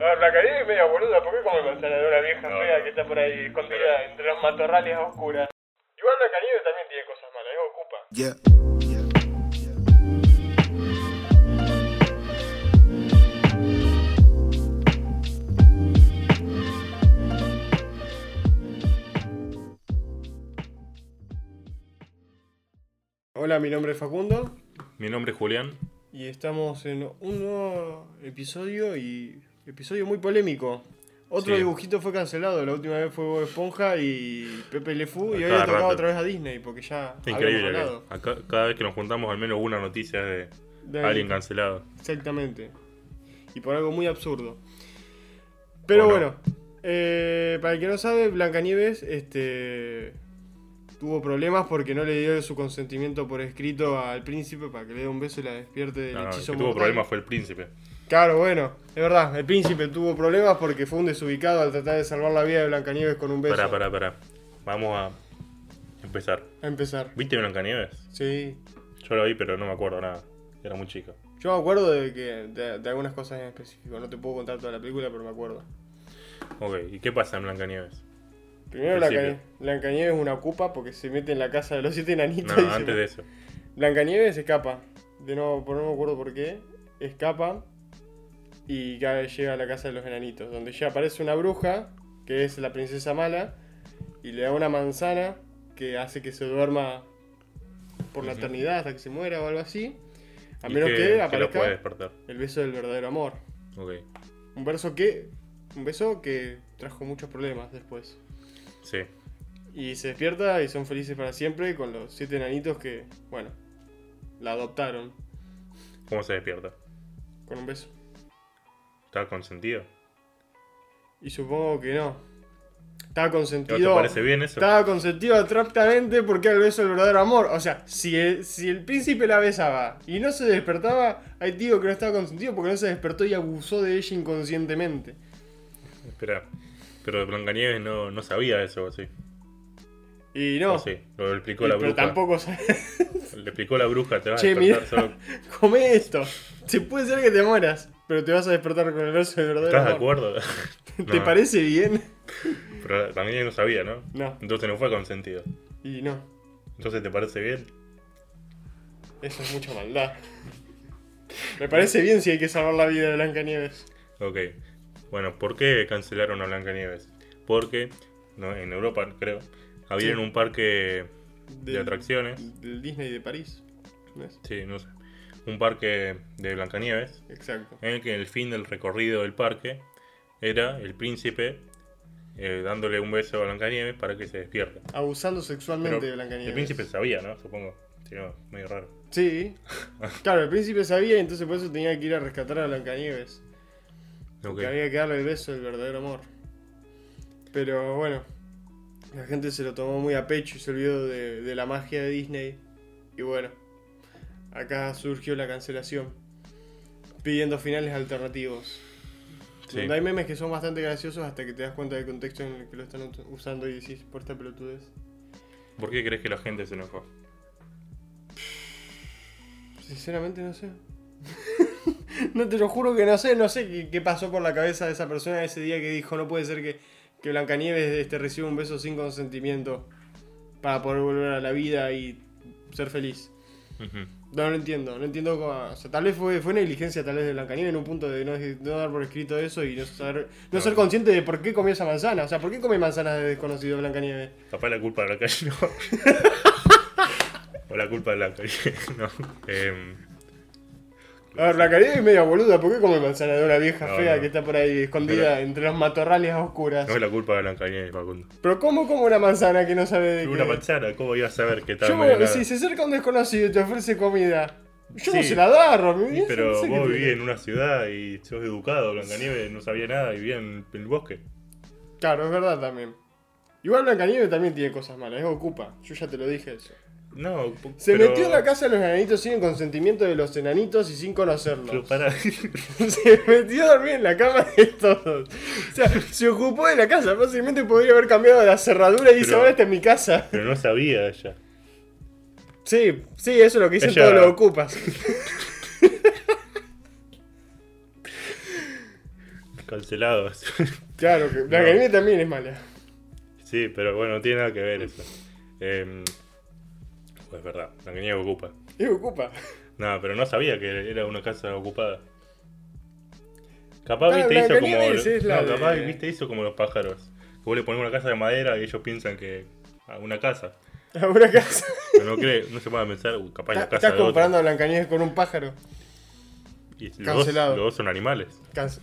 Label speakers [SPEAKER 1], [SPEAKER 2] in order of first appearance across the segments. [SPEAKER 1] Ah, la caí es media boluda, ¿por qué come consoladora vieja fea que está por ahí escondida entre los matorrales a oscuras? Igual la caí también tiene cosas malas, es ocupa.
[SPEAKER 2] Yeah.
[SPEAKER 1] Hola, mi nombre es Facundo
[SPEAKER 3] Mi nombre es Julián.
[SPEAKER 1] y estamos en un nuevo episodio y episodio muy polémico. Otro
[SPEAKER 3] Sí.
[SPEAKER 1] dibujito fue cancelado, la última vez fue Bob Esponja y Pepe Lefou y hoy
[SPEAKER 3] Cada
[SPEAKER 1] le tocaba
[SPEAKER 3] rato.
[SPEAKER 1] otra vez a Disney porque ya habíamos
[SPEAKER 3] Increíble.
[SPEAKER 1] hablado.
[SPEAKER 3] que acá- cada vez que nos juntamos, al menos una noticia de
[SPEAKER 1] De-
[SPEAKER 3] alguien cancelado.
[SPEAKER 1] Exactamente. Y por algo muy absurdo. Pero
[SPEAKER 3] O no.
[SPEAKER 1] bueno, eh, para el que no sabe, Blancanieves este, tuvo problemas porque no le dio su consentimiento por escrito al príncipe para que le dé un beso y la despierte del
[SPEAKER 3] No, no, el que
[SPEAKER 1] hechizo
[SPEAKER 3] tuvo
[SPEAKER 1] mortal.
[SPEAKER 3] problemas fue el príncipe.
[SPEAKER 1] Claro, bueno, es verdad, el príncipe tuvo problemas porque fue un desubicado al tratar de salvar la vida de Blancanieves con un beso.
[SPEAKER 3] Pará, pará, pará. Vamos a empezar.
[SPEAKER 1] A empezar.
[SPEAKER 3] ¿Viste Blancanieves?
[SPEAKER 1] Sí.
[SPEAKER 3] Yo la vi, pero no me acuerdo nada. Era muy chica.
[SPEAKER 1] Yo me acuerdo de que de, de algunas cosas en específico, no te puedo contar toda la película, pero me acuerdo.
[SPEAKER 3] Ok, ¿y qué pasa en Blancanieves?
[SPEAKER 1] Primero
[SPEAKER 3] Principio.
[SPEAKER 1] Blanca- Blancanieves es una ocupa porque se mete en la casa de los siete enanitos.
[SPEAKER 3] No,
[SPEAKER 1] y se-
[SPEAKER 3] antes de eso.
[SPEAKER 1] Blancanieves escapa. De nuevo, por no me acuerdo por qué. Escapa y ca- llega a la casa de los enanitos. Donde ya aparece una bruja, que es la princesa mala, y le da una manzana que hace que se duerma por la
[SPEAKER 3] Ujú.
[SPEAKER 1] eternidad hasta que se muera o algo así. A
[SPEAKER 3] ¿Y
[SPEAKER 1] menos
[SPEAKER 3] qué-
[SPEAKER 1] que,
[SPEAKER 3] qué lo
[SPEAKER 1] aparezca
[SPEAKER 3] puede despertar.
[SPEAKER 1] el beso del verdadero amor.
[SPEAKER 3] Ok.
[SPEAKER 1] Un verso que. Un beso que trajo muchos problemas después.
[SPEAKER 3] Sí.
[SPEAKER 1] Y se despierta y son felices para siempre con los siete enanitos que, bueno, la adoptaron
[SPEAKER 3] ¿Cómo se despierta?
[SPEAKER 1] con un beso.
[SPEAKER 3] ¿Está consentido?
[SPEAKER 1] Y supongo que no. Estaba
[SPEAKER 3] ¿No ¿Te
[SPEAKER 1] consentido.
[SPEAKER 3] parece bien eso?
[SPEAKER 1] Estaba consentido atractamente porque era el beso del verdadero amor. O sea, si el, si el príncipe la besaba y no se despertaba, ahí te digo que no estaba consentido porque no se despertó y abusó de ella inconscientemente.
[SPEAKER 3] Espera. Pero Blancanieves no, no sabía eso, ¿o sí?
[SPEAKER 1] Y
[SPEAKER 3] ¿O
[SPEAKER 1] no.
[SPEAKER 3] sí? Lo explicó la
[SPEAKER 1] Pero
[SPEAKER 3] bruja.
[SPEAKER 1] tampoco sabes.
[SPEAKER 3] Le explicó la bruja, te vas
[SPEAKER 1] Che,
[SPEAKER 3] a despertar
[SPEAKER 1] mira.
[SPEAKER 3] solo-
[SPEAKER 1] Come esto. Se puede ser que te mueras, pero te vas a despertar con el beso del verdadero
[SPEAKER 3] ¿Estás de
[SPEAKER 1] amor.
[SPEAKER 3] acuerdo? Ah.
[SPEAKER 1] ¿Te
[SPEAKER 3] No,
[SPEAKER 1] parece bien?
[SPEAKER 3] Pero también ella no sabía, ¿no?
[SPEAKER 1] No.
[SPEAKER 3] Entonces no fue consentido.
[SPEAKER 1] Y no.
[SPEAKER 3] Entonces, ¿te parece bien?
[SPEAKER 1] Eso es mucha maldad. Me parece bien si hay que salvar la vida de Blancanieves.
[SPEAKER 3] Ok. Bueno, ¿por qué cancelaron a Blancanieves? Porque no, en Europa, creo, había
[SPEAKER 1] Sí.
[SPEAKER 3] en un parque de
[SPEAKER 1] Del-
[SPEAKER 3] atracciones.
[SPEAKER 1] Del Disney de París. ¿No es?
[SPEAKER 3] Sí, no sé. Un parque de Blancanieves.
[SPEAKER 1] Exacto.
[SPEAKER 3] En el que el fin del recorrido del parque era el príncipe eh, dándole un beso a Blancanieves para que se despierta.
[SPEAKER 1] Abusando sexualmente
[SPEAKER 3] Pero
[SPEAKER 1] de Blancanieves.
[SPEAKER 3] el príncipe sabía, ¿no? Supongo. Si no, medio raro.
[SPEAKER 1] Sí. Claro, el príncipe sabía y entonces por eso tenía que ir a rescatar a Blancanieves.
[SPEAKER 3] Ok.
[SPEAKER 1] Que había que darle el beso del verdadero amor. Pero bueno, la gente se lo tomó muy a pecho y se olvidó de, de la magia de Disney. Y bueno, acá surgió la cancelación. Pidiendo finales alternativos.
[SPEAKER 3] Sí.
[SPEAKER 1] Donde hay memes que son bastante graciosos hasta que te das cuenta del contexto en el que lo están ut- usando y decís, por esta pelotudez.
[SPEAKER 3] ¿Por qué crees que la gente se enojó?
[SPEAKER 1] Sinceramente no sé. no te lo juro que no sé, no sé qué, qué pasó por la cabeza de esa persona ese día que dijo, no puede ser que, que Blancanieves este, reciba un beso sin consentimiento para poder volver a la vida y ser feliz.
[SPEAKER 3] Ujú.
[SPEAKER 1] No, no entiendo, no entiendo cómo... O sea, tal vez fue, fue negligencia tal vez de Blancanieves en un punto de no, no dar por escrito eso y no, saber, no
[SPEAKER 3] No.
[SPEAKER 1] ser consciente de por qué comió esa manzana. O sea, ¿por qué come manzanas de desconocido Blancanieves?
[SPEAKER 3] Capaz la culpa de la calle no. o la culpa de la calle, no. Em,
[SPEAKER 1] A ver, Blancanieves es media boluda, ¿por qué come manzana de una vieja
[SPEAKER 3] No,
[SPEAKER 1] fea
[SPEAKER 3] no.
[SPEAKER 1] que está por ahí escondida entre los matorrales a oscuras?
[SPEAKER 3] no es la culpa de la calle, Facundo.
[SPEAKER 1] Pero ¿cómo como una manzana que no sabe de
[SPEAKER 3] Una
[SPEAKER 1] qué?
[SPEAKER 3] manzana, ¿cómo iba a saber que estaba
[SPEAKER 1] Yo,
[SPEAKER 3] envenenada?
[SPEAKER 1] si se acerca un desconocido y te ofrece comida, yo no
[SPEAKER 3] Sí.
[SPEAKER 1] se la agarro.
[SPEAKER 3] Sí,
[SPEAKER 1] ¿me
[SPEAKER 3] pero
[SPEAKER 1] no sé
[SPEAKER 3] vos
[SPEAKER 1] qué-
[SPEAKER 3] vivís en una ciudad y sos educado, Blancanieves no sabía nada y vivía en el bosque.
[SPEAKER 1] Claro, es verdad también. Igual Blancanieves también tiene cosas malas, es ocupa. Yo ya te lo dije eso.
[SPEAKER 3] No,
[SPEAKER 1] Se metió en la casa de los enanitos sin el consentimiento de los enanitos y sin conocerlos.
[SPEAKER 3] Pero pará.
[SPEAKER 1] se metió a dormir en la cama de todos. O sea, se ocupó de la casa. Fácilmente podría haber cambiado la cerradura y dice,
[SPEAKER 3] Pero-
[SPEAKER 1] ahora esta es mi casa.
[SPEAKER 3] pero no sabía ella.
[SPEAKER 1] Sí, sí, eso es lo que dicen
[SPEAKER 3] Ella-
[SPEAKER 1] todos los ocupas.
[SPEAKER 3] Cancelado.
[SPEAKER 1] Claro, que Blancanieves también es mala.
[SPEAKER 3] sí, pero bueno, no tiene nada que ver eso. Eh, pues es verdad, la que ocupa.
[SPEAKER 1] Y ocupa.
[SPEAKER 3] No, pero no sabía que era una casa ocupada. Capaz,
[SPEAKER 1] Ah,
[SPEAKER 3] viste, hizo como.
[SPEAKER 1] Blancanieves es la
[SPEAKER 3] no,
[SPEAKER 1] de-
[SPEAKER 3] capaz, viste, hizo como los pájaros. Que vos le pones una casa de madera y ellos piensan que. ah, una casa.
[SPEAKER 1] A una casa.
[SPEAKER 3] Pero no cree, no se puede pensar, "Uy, capaz la
[SPEAKER 1] Estás
[SPEAKER 3] casa
[SPEAKER 1] estás
[SPEAKER 3] de otro.
[SPEAKER 1] comparando a Blancanieves con un pájaro.
[SPEAKER 3] Y los, dos-
[SPEAKER 1] Cancelado.
[SPEAKER 3] los dos son animales.
[SPEAKER 1] Cansa-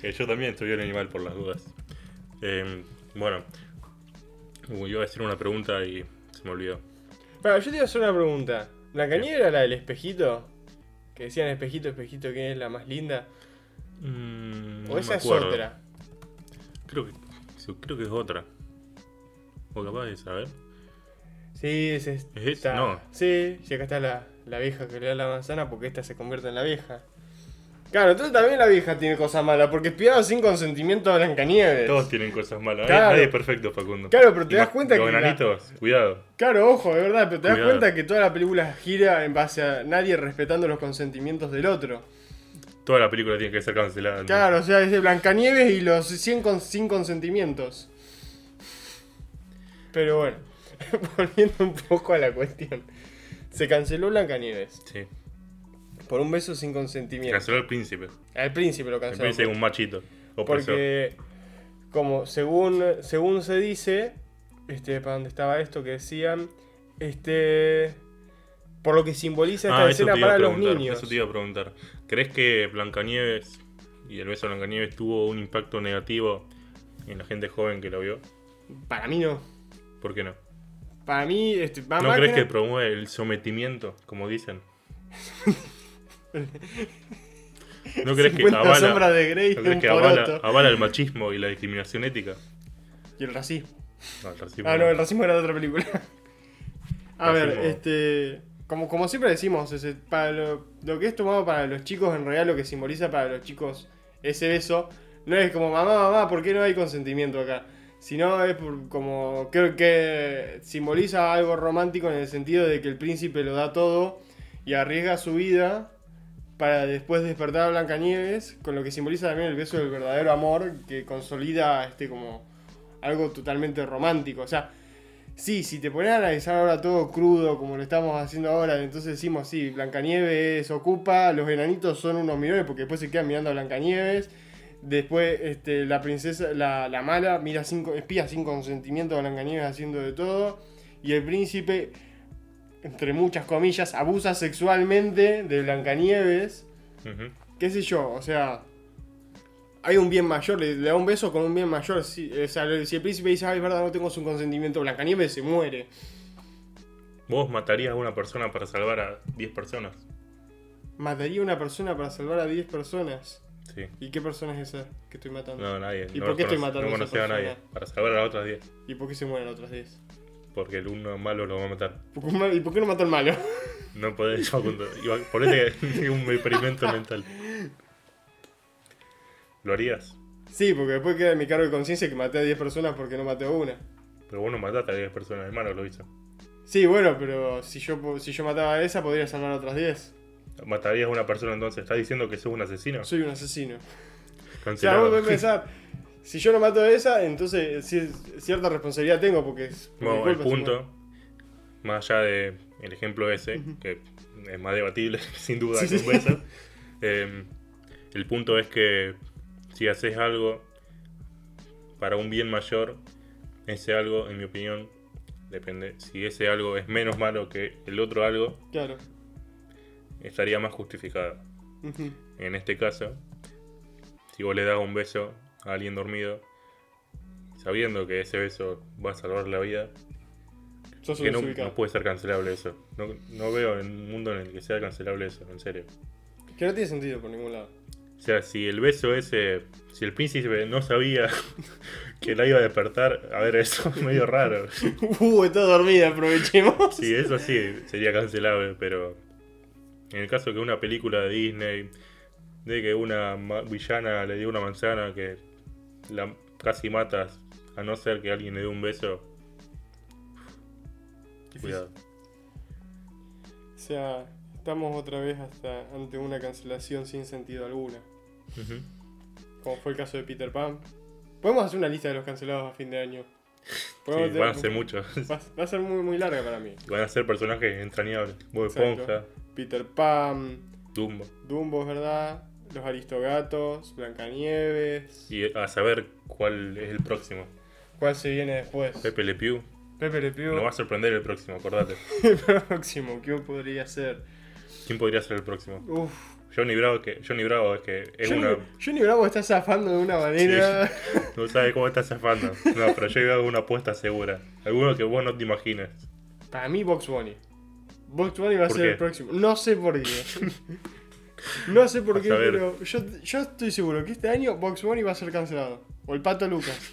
[SPEAKER 3] Que Eh, yo también estoy un animal por las dudas. Eh, bueno. Uy, iba a hacer una pregunta y se me olvidó.
[SPEAKER 1] Bueno, yo te iba a hacer una pregunta. ¿Blancanieves era la del espejito? Que decían espejito, espejito, ¿quién es la más linda?
[SPEAKER 3] Mm,
[SPEAKER 1] ¿O
[SPEAKER 3] no me
[SPEAKER 1] esa es
[SPEAKER 3] acuerdo.
[SPEAKER 1] otra?
[SPEAKER 3] Creo que, creo que es otra. O capaz de saber.
[SPEAKER 1] Sí, es esta.
[SPEAKER 3] ¿Es esa? No.
[SPEAKER 1] Sí, y acá está la, la vieja que le da la manzana porque esta se convierte en la vieja. Claro, entonces también la vieja tiene cosas malas porque espiaba sin consentimiento a Blancanieves.
[SPEAKER 3] Todos tienen cosas malas.
[SPEAKER 1] Claro.
[SPEAKER 3] Nadie es perfecto, Facundo.
[SPEAKER 1] Claro, pero te
[SPEAKER 3] Y
[SPEAKER 1] das
[SPEAKER 3] más-
[SPEAKER 1] cuenta
[SPEAKER 3] los
[SPEAKER 1] que la-
[SPEAKER 3] enanitos, cuidado.
[SPEAKER 1] Claro, ojo, de verdad, pero te das
[SPEAKER 3] Cuidado.
[SPEAKER 1] cuenta que toda la película gira en base a nadie respetando los consentimientos del otro.
[SPEAKER 3] Toda la película tiene que ser cancelada. ¿no?
[SPEAKER 1] Claro, o sea, es de Blancanieves y los 100 con, sin consentimientos. Pero bueno, volviendo un poco a la cuestión. Se canceló Blancanieves
[SPEAKER 3] Sí.
[SPEAKER 1] por un beso sin consentimiento.
[SPEAKER 3] Canceló el príncipe.
[SPEAKER 1] Al príncipe lo
[SPEAKER 3] El
[SPEAKER 1] canceló.
[SPEAKER 3] príncipe es un machito. Opresor.
[SPEAKER 1] Porque, como según, según se dice, este, ¿para dónde estaba esto que decían? Este, por lo que simboliza esta
[SPEAKER 3] Ah, eso
[SPEAKER 1] escena
[SPEAKER 3] te iba a
[SPEAKER 1] para los
[SPEAKER 3] preguntar.
[SPEAKER 1] niños.
[SPEAKER 3] Eso te iba a preguntar. ¿Crees que Blancanieves y el beso de Blancanieves tuvo un impacto negativo en la gente joven que lo vio?
[SPEAKER 1] Para mí no.
[SPEAKER 3] ¿Por qué no?
[SPEAKER 1] Para mí, este, va
[SPEAKER 3] ¿No
[SPEAKER 1] más
[SPEAKER 3] crees
[SPEAKER 1] na-
[SPEAKER 3] que promueve el sometimiento, como dicen? ¿No crees que
[SPEAKER 1] 50 sombras
[SPEAKER 3] avala,
[SPEAKER 1] de Grey
[SPEAKER 3] ¿no
[SPEAKER 1] un
[SPEAKER 3] crees que Ah.
[SPEAKER 1] poroto.
[SPEAKER 3] avala, avala el machismo y la discriminación ética?
[SPEAKER 1] Y el racismo.
[SPEAKER 3] No, el racismo
[SPEAKER 1] Ah,
[SPEAKER 3] no.
[SPEAKER 1] no, el racismo era de otra película. A ver,
[SPEAKER 3] Racismo.
[SPEAKER 1] este. Como, como siempre decimos, ese- para lo, lo que es tomado para los chicos, en realidad lo que simboliza para los chicos ese beso, no es como mamá, mamá, ¿por qué no hay consentimiento acá? Sino es por- como. Creo que simboliza algo romántico en el sentido de que el príncipe lo da todo y arriesga su vida para después despertar a Blancanieves, con lo que simboliza también el beso del verdadero amor que consolida este como algo totalmente romántico. O sea, sí, si te pones a analizar ahora todo crudo como lo estamos haciendo ahora, entonces decimos, sí, Blancanieves ocupa, los enanitos son unos mirones porque después se quedan mirando a Blancanieves. Después este, la princesa, la, la mala, mira sin, co- espía sin consentimiento a Blancanieves haciendo de todo. Y el príncipe, entre muchas comillas, abusa sexualmente de Blancanieves
[SPEAKER 3] Ujú.
[SPEAKER 1] qué sé yo, o sea, hay un bien mayor, le, le da un beso con un bien mayor. Si, o sea, si el príncipe dice, ay, es verdad, no tengo su consentimiento, Blancanieves se muere.
[SPEAKER 3] ¿Vos matarías a una persona para salvar a 10 personas?
[SPEAKER 1] Mataría a una persona para salvar a 10 personas.
[SPEAKER 3] Sí.
[SPEAKER 1] ¿Y qué persona es esa que estoy matando?
[SPEAKER 3] No, nadie.
[SPEAKER 1] ¿Y
[SPEAKER 3] no
[SPEAKER 1] por
[SPEAKER 3] los
[SPEAKER 1] qué estoy
[SPEAKER 3] conoce-
[SPEAKER 1] matando a
[SPEAKER 3] No
[SPEAKER 1] esa
[SPEAKER 3] conocía a nadie.
[SPEAKER 1] persona?
[SPEAKER 3] Para salvar a las otras 10.
[SPEAKER 1] ¿Y por qué se mueren otras 10?
[SPEAKER 3] Porque el uno malo lo va a matar.
[SPEAKER 1] ¿Por qué ma- ¿Y por qué no mató al malo?
[SPEAKER 3] No podés, Facundo. Iba- Ponete un experimento mental. ¿Lo harías?
[SPEAKER 1] sí, porque después queda en mi cargo de conciencia que maté a 10 personas porque no maté a una.
[SPEAKER 3] Pero vos no mataste a 10 personas, hermano, lo hizo.
[SPEAKER 1] Sí, bueno, pero si yo, po- si yo mataba a esa, podría salvar a otras 10.
[SPEAKER 3] ¿Matarías a una persona entonces? ¿Estás diciendo que sos un asesino?
[SPEAKER 1] Soy un asesino. O sea,
[SPEAKER 3] Cancelado.
[SPEAKER 1] vos podés pensar, si yo no mato a esa, entonces sí, cierta responsabilidad tengo porque es por mi
[SPEAKER 3] Bueno, el
[SPEAKER 1] culpa,
[SPEAKER 3] punto, más allá de el ejemplo ese, que es más debatible, sin duda,
[SPEAKER 1] Sí,
[SPEAKER 3] que
[SPEAKER 1] sí.
[SPEAKER 3] un beso, eh, el punto es que si haces algo para un bien mayor, ese algo, en mi opinión, depende. Si ese algo es menos malo que el otro algo,
[SPEAKER 1] si no. Claro.
[SPEAKER 3] estaría más justificado.
[SPEAKER 1] Ujú.
[SPEAKER 3] En este caso, si vos le das un beso a alguien dormido, sabiendo que ese beso va a salvar la vida,
[SPEAKER 1] Sos un
[SPEAKER 3] que no,
[SPEAKER 1] desubicado.
[SPEAKER 3] no puede ser cancelable eso. No, no veo en un mundo en el que sea cancelable eso, en serio.
[SPEAKER 1] Que no tiene sentido por ningún lado.
[SPEAKER 3] O sea, si el beso ese. Si el príncipe no sabía que la iba a despertar, a ver, eso es medio raro.
[SPEAKER 1] uh, está dormida, aprovechemos.
[SPEAKER 3] Sí, eso sí sería cancelable, pero. En el caso que una película de Disney, de que una ma- villana le dio una manzana que la casi matas, a no ser que alguien le dé un beso,
[SPEAKER 1] Difícil.
[SPEAKER 3] cuidado.
[SPEAKER 1] O sea, estamos otra vez hasta ante una cancelación sin sentido alguna.
[SPEAKER 3] Ujú.
[SPEAKER 1] Como fue el caso de Peter Pan. Podemos hacer una lista de los cancelados a fin de año. Podemos
[SPEAKER 3] Sí,
[SPEAKER 1] tener-
[SPEAKER 3] van a ser muchos.
[SPEAKER 1] va, va a ser muy, muy larga para mí.
[SPEAKER 3] van a ser personajes entrañables. Bob
[SPEAKER 1] Exacto.
[SPEAKER 3] Esponja,
[SPEAKER 1] Peter Pan,
[SPEAKER 3] Dumbo.
[SPEAKER 1] Dumbo, es ¿verdad? Los Aristogatos, Blancanieves.
[SPEAKER 3] Y a saber cuál es el próximo.
[SPEAKER 1] ¿Cuál se viene después?
[SPEAKER 3] Pepe Le Pew.
[SPEAKER 1] Pepe Le Pew.
[SPEAKER 3] Nos va a sorprender el próximo, acordate.
[SPEAKER 1] El próximo, ¿qué podría ser?
[SPEAKER 3] ¿Quién podría ser el próximo?
[SPEAKER 1] Uf.
[SPEAKER 3] Johnny Bravo, que, Johnny Bravo es que es
[SPEAKER 1] Johnny,
[SPEAKER 3] una.
[SPEAKER 1] Johnny Bravo está zafando de una manera.
[SPEAKER 3] No sabes cómo está zafando. No, pero yo hago una apuesta segura. Alguno que vos no te imaginas.
[SPEAKER 1] Para mí, Box Bunny. Box Bunny va a
[SPEAKER 3] ¿Por
[SPEAKER 1] ser
[SPEAKER 3] qué?
[SPEAKER 1] el próximo. No sé por qué. no sé por
[SPEAKER 3] A
[SPEAKER 1] qué,
[SPEAKER 3] saber.
[SPEAKER 1] pero yo, yo estoy seguro que este año Box Bunny va a ser cancelado. O el pato Lucas.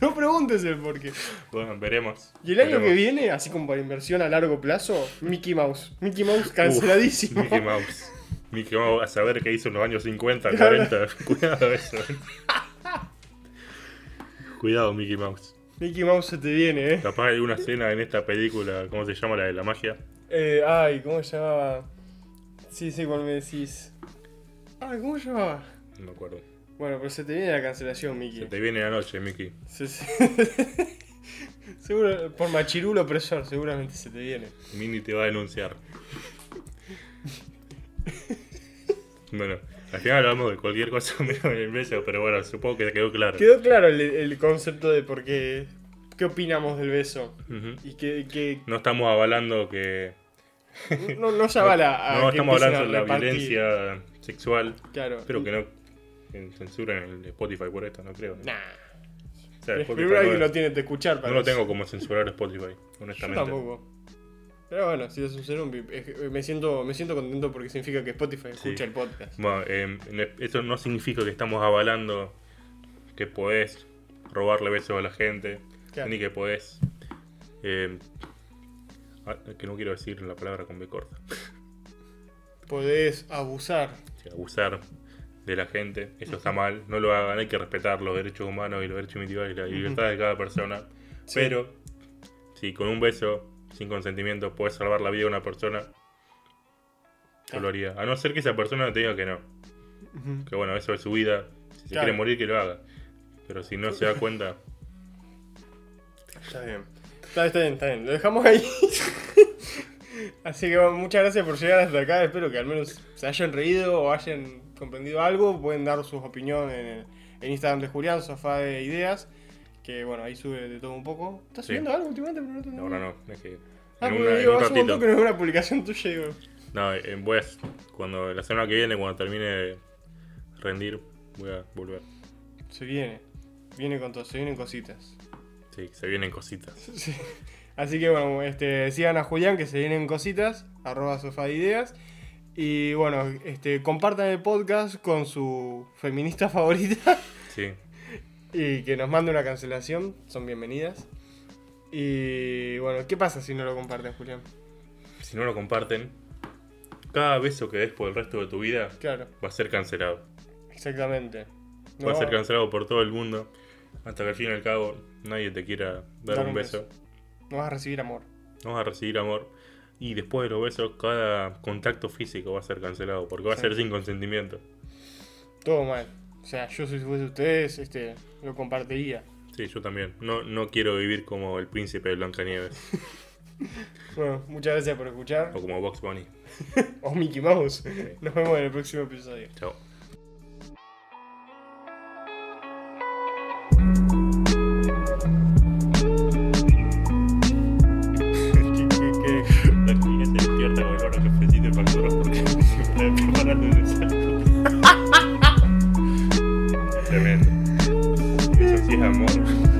[SPEAKER 1] No preguntes el por qué.
[SPEAKER 3] Bueno, veremos.
[SPEAKER 1] Y el año que
[SPEAKER 3] Veremos.
[SPEAKER 1] viene, así como para inversión a largo plazo, Mickey Mouse. Mickey Mouse canceladísimo.
[SPEAKER 3] Uf, Mickey Mouse. Mickey Mouse, a saber qué hizo en los años 50, 40. Cuidado eso. Cuidado, Mickey Mouse.
[SPEAKER 1] Mickey Mouse se te viene, eh.
[SPEAKER 3] Capaz hay una escena en esta película, ¿cómo se llama la de la magia?
[SPEAKER 1] Eh, ay, ¿cómo se llamaba? Sí, sí, cuando me decís. Ay, ¿cómo se llamaba?
[SPEAKER 3] No me acuerdo.
[SPEAKER 1] Bueno, pero se te viene la cancelación,
[SPEAKER 3] Se
[SPEAKER 1] Mickey.
[SPEAKER 3] te viene la noche, Mickey.
[SPEAKER 1] Se- se- Seguro, por machirulo opresor, seguramente se te viene.
[SPEAKER 3] Mindy te va a denunciar. bueno, al final hablamos de cualquier cosa menos del beso, pero bueno, supongo que quedó claro.
[SPEAKER 1] Quedó claro el, el concepto de por qué. ¿Qué opinamos del beso?
[SPEAKER 3] Ujú.
[SPEAKER 1] Y que. que
[SPEAKER 3] No estamos avalando que.
[SPEAKER 1] no, no se avala a.
[SPEAKER 3] no
[SPEAKER 1] que
[SPEAKER 3] estamos
[SPEAKER 1] empiecen
[SPEAKER 3] hablando de
[SPEAKER 1] a
[SPEAKER 3] la
[SPEAKER 1] repartir.
[SPEAKER 3] violencia sexual.
[SPEAKER 1] Claro.
[SPEAKER 3] Espero que no que censuren el Spotify por esto, no creo. ¿no?
[SPEAKER 1] Nah.
[SPEAKER 3] O sea,
[SPEAKER 1] El
[SPEAKER 3] Spotify
[SPEAKER 1] primero alguien
[SPEAKER 3] no,
[SPEAKER 1] lo tiene que escuchar
[SPEAKER 3] no
[SPEAKER 1] para
[SPEAKER 3] lo
[SPEAKER 1] eso.
[SPEAKER 3] tengo como censurar Spotify,
[SPEAKER 1] Yo
[SPEAKER 3] honestamente.
[SPEAKER 1] tampoco. Pero bueno, si es un serumbi, es que me siento, me siento contento porque significa que Spotify escucha el podcast.
[SPEAKER 3] Bueno, eh, no- eso no significa que estamos avalando que podés robarle besos a la gente,
[SPEAKER 1] Claro.
[SPEAKER 3] ni que podés. eh, ah, que no quiero decir la palabra con B corta,
[SPEAKER 1] Podés abusar.
[SPEAKER 3] o sea, este, abusar de la gente, eso está mal, no lo hagan, hay que respetar los derechos humanos y los derechos individuales y la libertad de cada persona.
[SPEAKER 1] Sí.
[SPEAKER 3] Pero, si con un beso, sin consentimiento, podés salvar la vida de una persona, yo lo haría. A no ser que esa persona te diga que no.
[SPEAKER 1] Ah. Ujú.
[SPEAKER 3] Que bueno, eso es su vida. Si se
[SPEAKER 1] Claro.
[SPEAKER 3] quiere morir, que lo haga. Pero si no se da cuenta,
[SPEAKER 1] Está bien. Está, está bien, está bien. Lo dejamos ahí. Así que bueno, muchas gracias por llegar hasta acá. Espero que al menos se hayan reído o hayan comprendido algo. Pueden dar sus opiniones en, el- en Instagram de Julián, Sofá de Ideas. Que bueno, ahí sube de todo un poco. ¿Estás
[SPEAKER 3] Sí.
[SPEAKER 1] subiendo algo últimamente? Pero no te
[SPEAKER 3] ahora no. Es que
[SPEAKER 1] Ah,
[SPEAKER 3] en,
[SPEAKER 1] porque
[SPEAKER 3] una- en
[SPEAKER 1] digo, hace
[SPEAKER 3] un
[SPEAKER 1] un
[SPEAKER 3] ratito.
[SPEAKER 1] montón que no es una publicación tuya. y digo,
[SPEAKER 3] No, eh, voy a- cuando la semana que viene, cuando termine de rendir, voy a volver.
[SPEAKER 1] se viene. Viene con todo, se vienen cositas.
[SPEAKER 3] Sí, se vienen cositas.
[SPEAKER 1] Sí. Así que bueno, este, sigan a Julián que se vienen cositas, arroba sofá de ideas. Y bueno, este, compartan el podcast con su feminista favorita
[SPEAKER 3] Sí.
[SPEAKER 1] y que nos mande una cancelación, son bienvenidas. Y bueno, ¿qué pasa si no lo comparten, Julián?
[SPEAKER 3] Si no lo comparten, cada beso que des por el resto de tu vida
[SPEAKER 1] Claro,
[SPEAKER 3] va a ser cancelado.
[SPEAKER 1] exactamente. No
[SPEAKER 3] Va a ser
[SPEAKER 1] vamos-
[SPEAKER 3] cancelado por todo el mundo. Hasta que al fin y al cabo nadie te quiera dar un beso.
[SPEAKER 1] No vas a recibir amor.
[SPEAKER 3] No vas a recibir amor. Y después de los besos, cada contacto físico va a ser cancelado. Porque va a ser sin consentimiento.
[SPEAKER 1] Todo mal. O sea, yo si fuese ustedes, este, lo compartiría.
[SPEAKER 3] Sí, yo también. No, no quiero vivir como el príncipe de Blancanieves.
[SPEAKER 1] Bueno, muchas gracias por escuchar.
[SPEAKER 3] o como Box Bunny.
[SPEAKER 1] O Mickey Mouse. Nos vemos en el próximo episodio.
[SPEAKER 3] Chao.
[SPEAKER 1] ¿Qué- qué- qué?
[SPEAKER 3] La niña se despierta con el olor a cafecito y facturas porque siempre preparando un desayuno. Tremendo. Eso sí es amor.